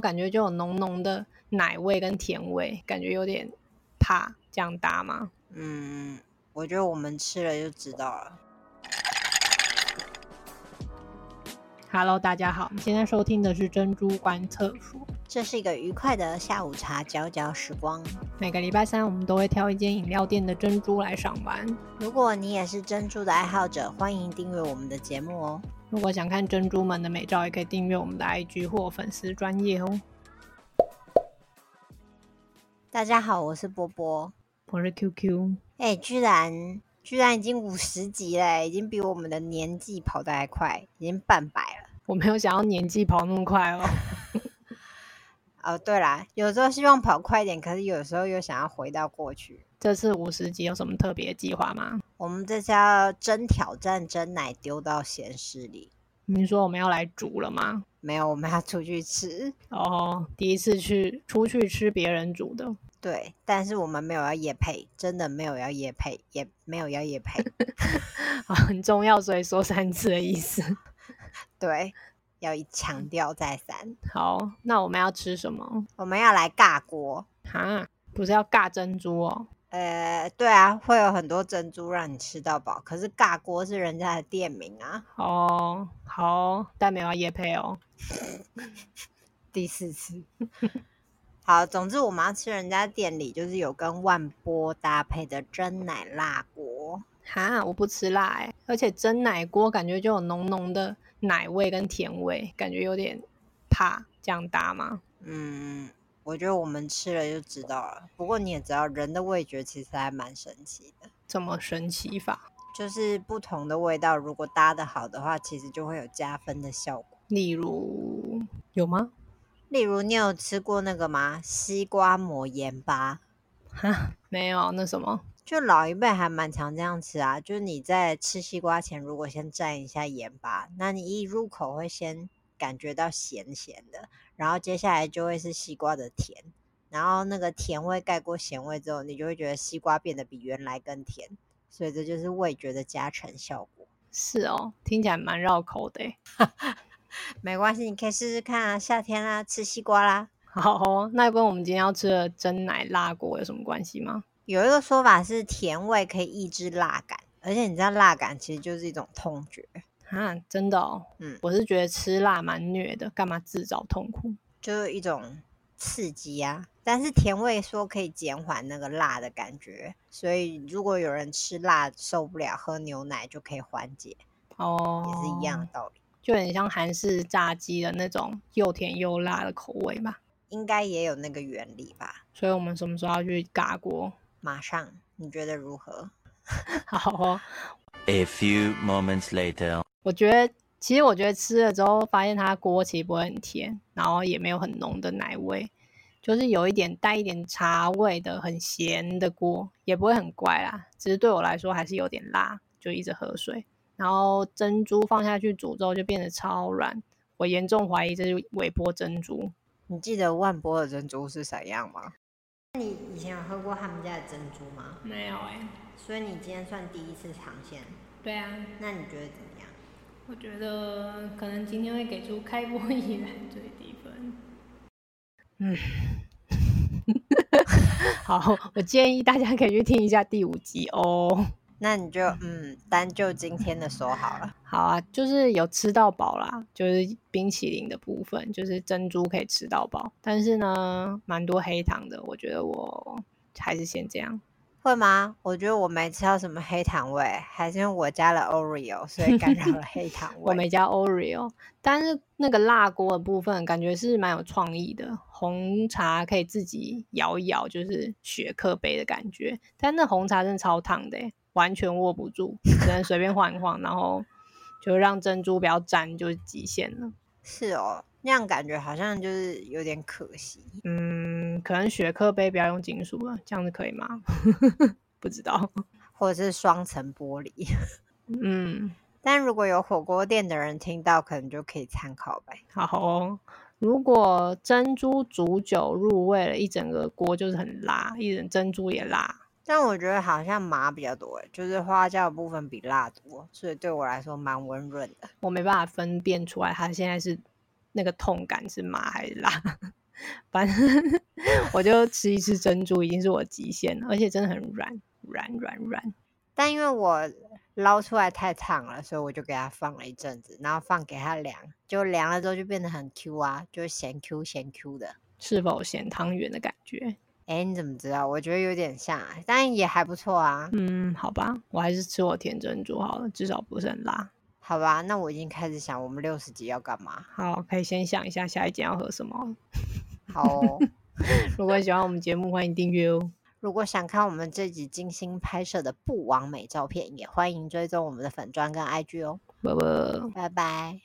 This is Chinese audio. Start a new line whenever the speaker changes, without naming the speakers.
感觉就有浓浓的奶味跟甜味，感觉有点怕这样搭吗？
嗯，我觉得我们吃了就知道了。
Hello，大家好，你现在收听的是珍珠观测所。
这是一个愉快的下午茶嚼嚼时光。
每个礼拜三，我们都会挑一间饮料店的珍珠来赏玩。
如果你也是珍珠的爱好者，欢迎订阅我们的节目哦。
如果想看珍珠们的美照，也可以订阅我们的 IG 或粉丝专业哦。
大家好，我是波波。
我是 QQ，
哎，居然居然已经五十级嘞，已经比我们的年纪跑得还快，已经半百了。
我没有想要年纪跑那么快哦。
哦，对啦，有时候希望跑快一点，可是有时候又想要回到过去。
这次五十集有什么特别计划吗？
我们这次要真挑战真奶丢到闲室里，
你说我们要来煮了吗？
没有，我们要出去吃。
哦，第一次去出去吃别人煮的，
对，但是我们没有要夜配，真的没有要夜配，也没有要夜配。
啊，很重要，所以说三次的意思。
对，要一强调再三，
好，那我们要吃什么？
我们要来尬锅。
哈，不是要尬珍珠哦。
呃，对啊，会有很多珍珠让你吃到饱，可是尬锅是人家的店名啊。
哦，好哦，但没有要夜配哦。
第四次。 好，总之我们要吃人家店里就是有跟万波搭配的真奶辣锅，
哈，我不吃辣哎、而且蒸奶锅感觉就有浓浓的奶味跟甜味，感觉有点怕这样搭吗？
嗯，我觉得我们吃了就知道了。不过你也知道，人的味觉其实还蛮神奇的，
这么神奇法？
就是不同的味道如果搭的好的话，其实就会有加分的效果。
例如有吗？
例如，你有吃过那个吗？西瓜抹盐巴，
哈， 没有那什么
就老一辈还蛮常这样吃啊，就是你在吃西瓜前，如果先蘸一下盐巴，那你一入口会先感觉到咸咸的，然后接下来就会是西瓜的甜，然后那个甜味盖过咸味之后，你就会觉得西瓜变得比原来更甜，所以这就是味觉的加成效果。
是哦，听起来蛮绕口的欸。
没关系，你可以试试看啊，夏天啊，吃西瓜啦。
好哦，那跟我们今天要吃的蒸奶辣锅有什么关系吗？
有一个说法是甜味可以抑制辣感，而且你知道辣感其实就是一种痛觉。
啊，真的哦，
嗯
我是觉得吃辣蛮虐的，干嘛自找痛苦？
就是一种刺激啊。但是甜味说可以减缓那个辣的感觉，所以如果有人吃辣受不了，喝牛奶就可以缓解，
哦，
也是一样的，道理。
就很像韩式炸鸡的那种又甜又辣的口味吧。
应该也有那个原理吧？
所以我们什么时候要去嘎锅？
马上，你觉得如何？
好哦，
A few moments later.
我觉得其实我觉得吃了之后发现它锅其实不会很甜，然后也没有很浓的奶味，就是有一点带一点茶味的很咸的锅，也不会很怪啦。只是对我来说还是有点辣，就一直喝水。然后珍珠放下去煮之后就变得超软，我严重怀疑这是微波珍珠。
你记得万波的珍珠是怎样吗？你以前有喝过他们家的珍珠吗？
没有哎、
所以你今天算第一次尝鲜，
对啊，
那你觉得怎么样？
我觉得可能今天会给出开播以来最低分。嗯，好，我建议大家可以去听一下第五集哦。
那你就嗯，单就今天的说好 了。
好啊，就是有吃到饱啦，就是冰淇淋的部分，就是珍珠可以吃到饱，但是呢，蛮多黑糖的，我觉得我还是先这样。
会吗？我觉得我没吃到什么黑糖味，还是因为我加了 Oreo，所以干扰了黑糖 味。
我没加 Oreo，但是那个辣锅的部分感觉是蛮有创意的。红茶可以自己摇一摇，就是雪克杯的感觉。但那红茶真的超烫的欸，完全握不住，只能随便晃一晃，然后就让珍珠不要沾，就是极限了。
是哦，那样感觉好像就是有点可惜。
嗯，可能雪克杯不要用金属了，这样子可以吗？ 不知道。
或者是双层玻璃，
嗯，
但如果有火锅店的人听到，可能就可以参考呗。
好、哦，如果珍珠煮久入味了，一整个锅就是很辣，一整珍珠也辣。
但我觉得好像麻比较多欸，就是花椒的部分比辣多，所以对我来说蛮温润的。
我没办法分辨出来它现在是那个痛感是麻还是辣。反正 我就吃一次珍珠已经是我极限了，而且真的很软软软软。
但因为我捞出来太烫了，所以我就给它放了一阵子，然后放给它凉，就凉了之后就变得很 Q 啊，就是咸 Q 咸 Q 的。
是否咸汤圆的感觉？
哎，你怎么知道？我觉得有点像啊，但也还不错啊。
嗯，好吧，我还是吃我甜珍珠好了，至少不是很辣。
好吧，那我已经开始想我们六十集要干嘛。
好，可以先想一下下一集要喝什么。
好哦，
如果喜欢我们节目，欢迎订阅哦。
如果想看我们这集精心拍摄的不完美照片，也欢迎追踪我们的粉砖跟 IG 哦。
拜拜。
拜拜。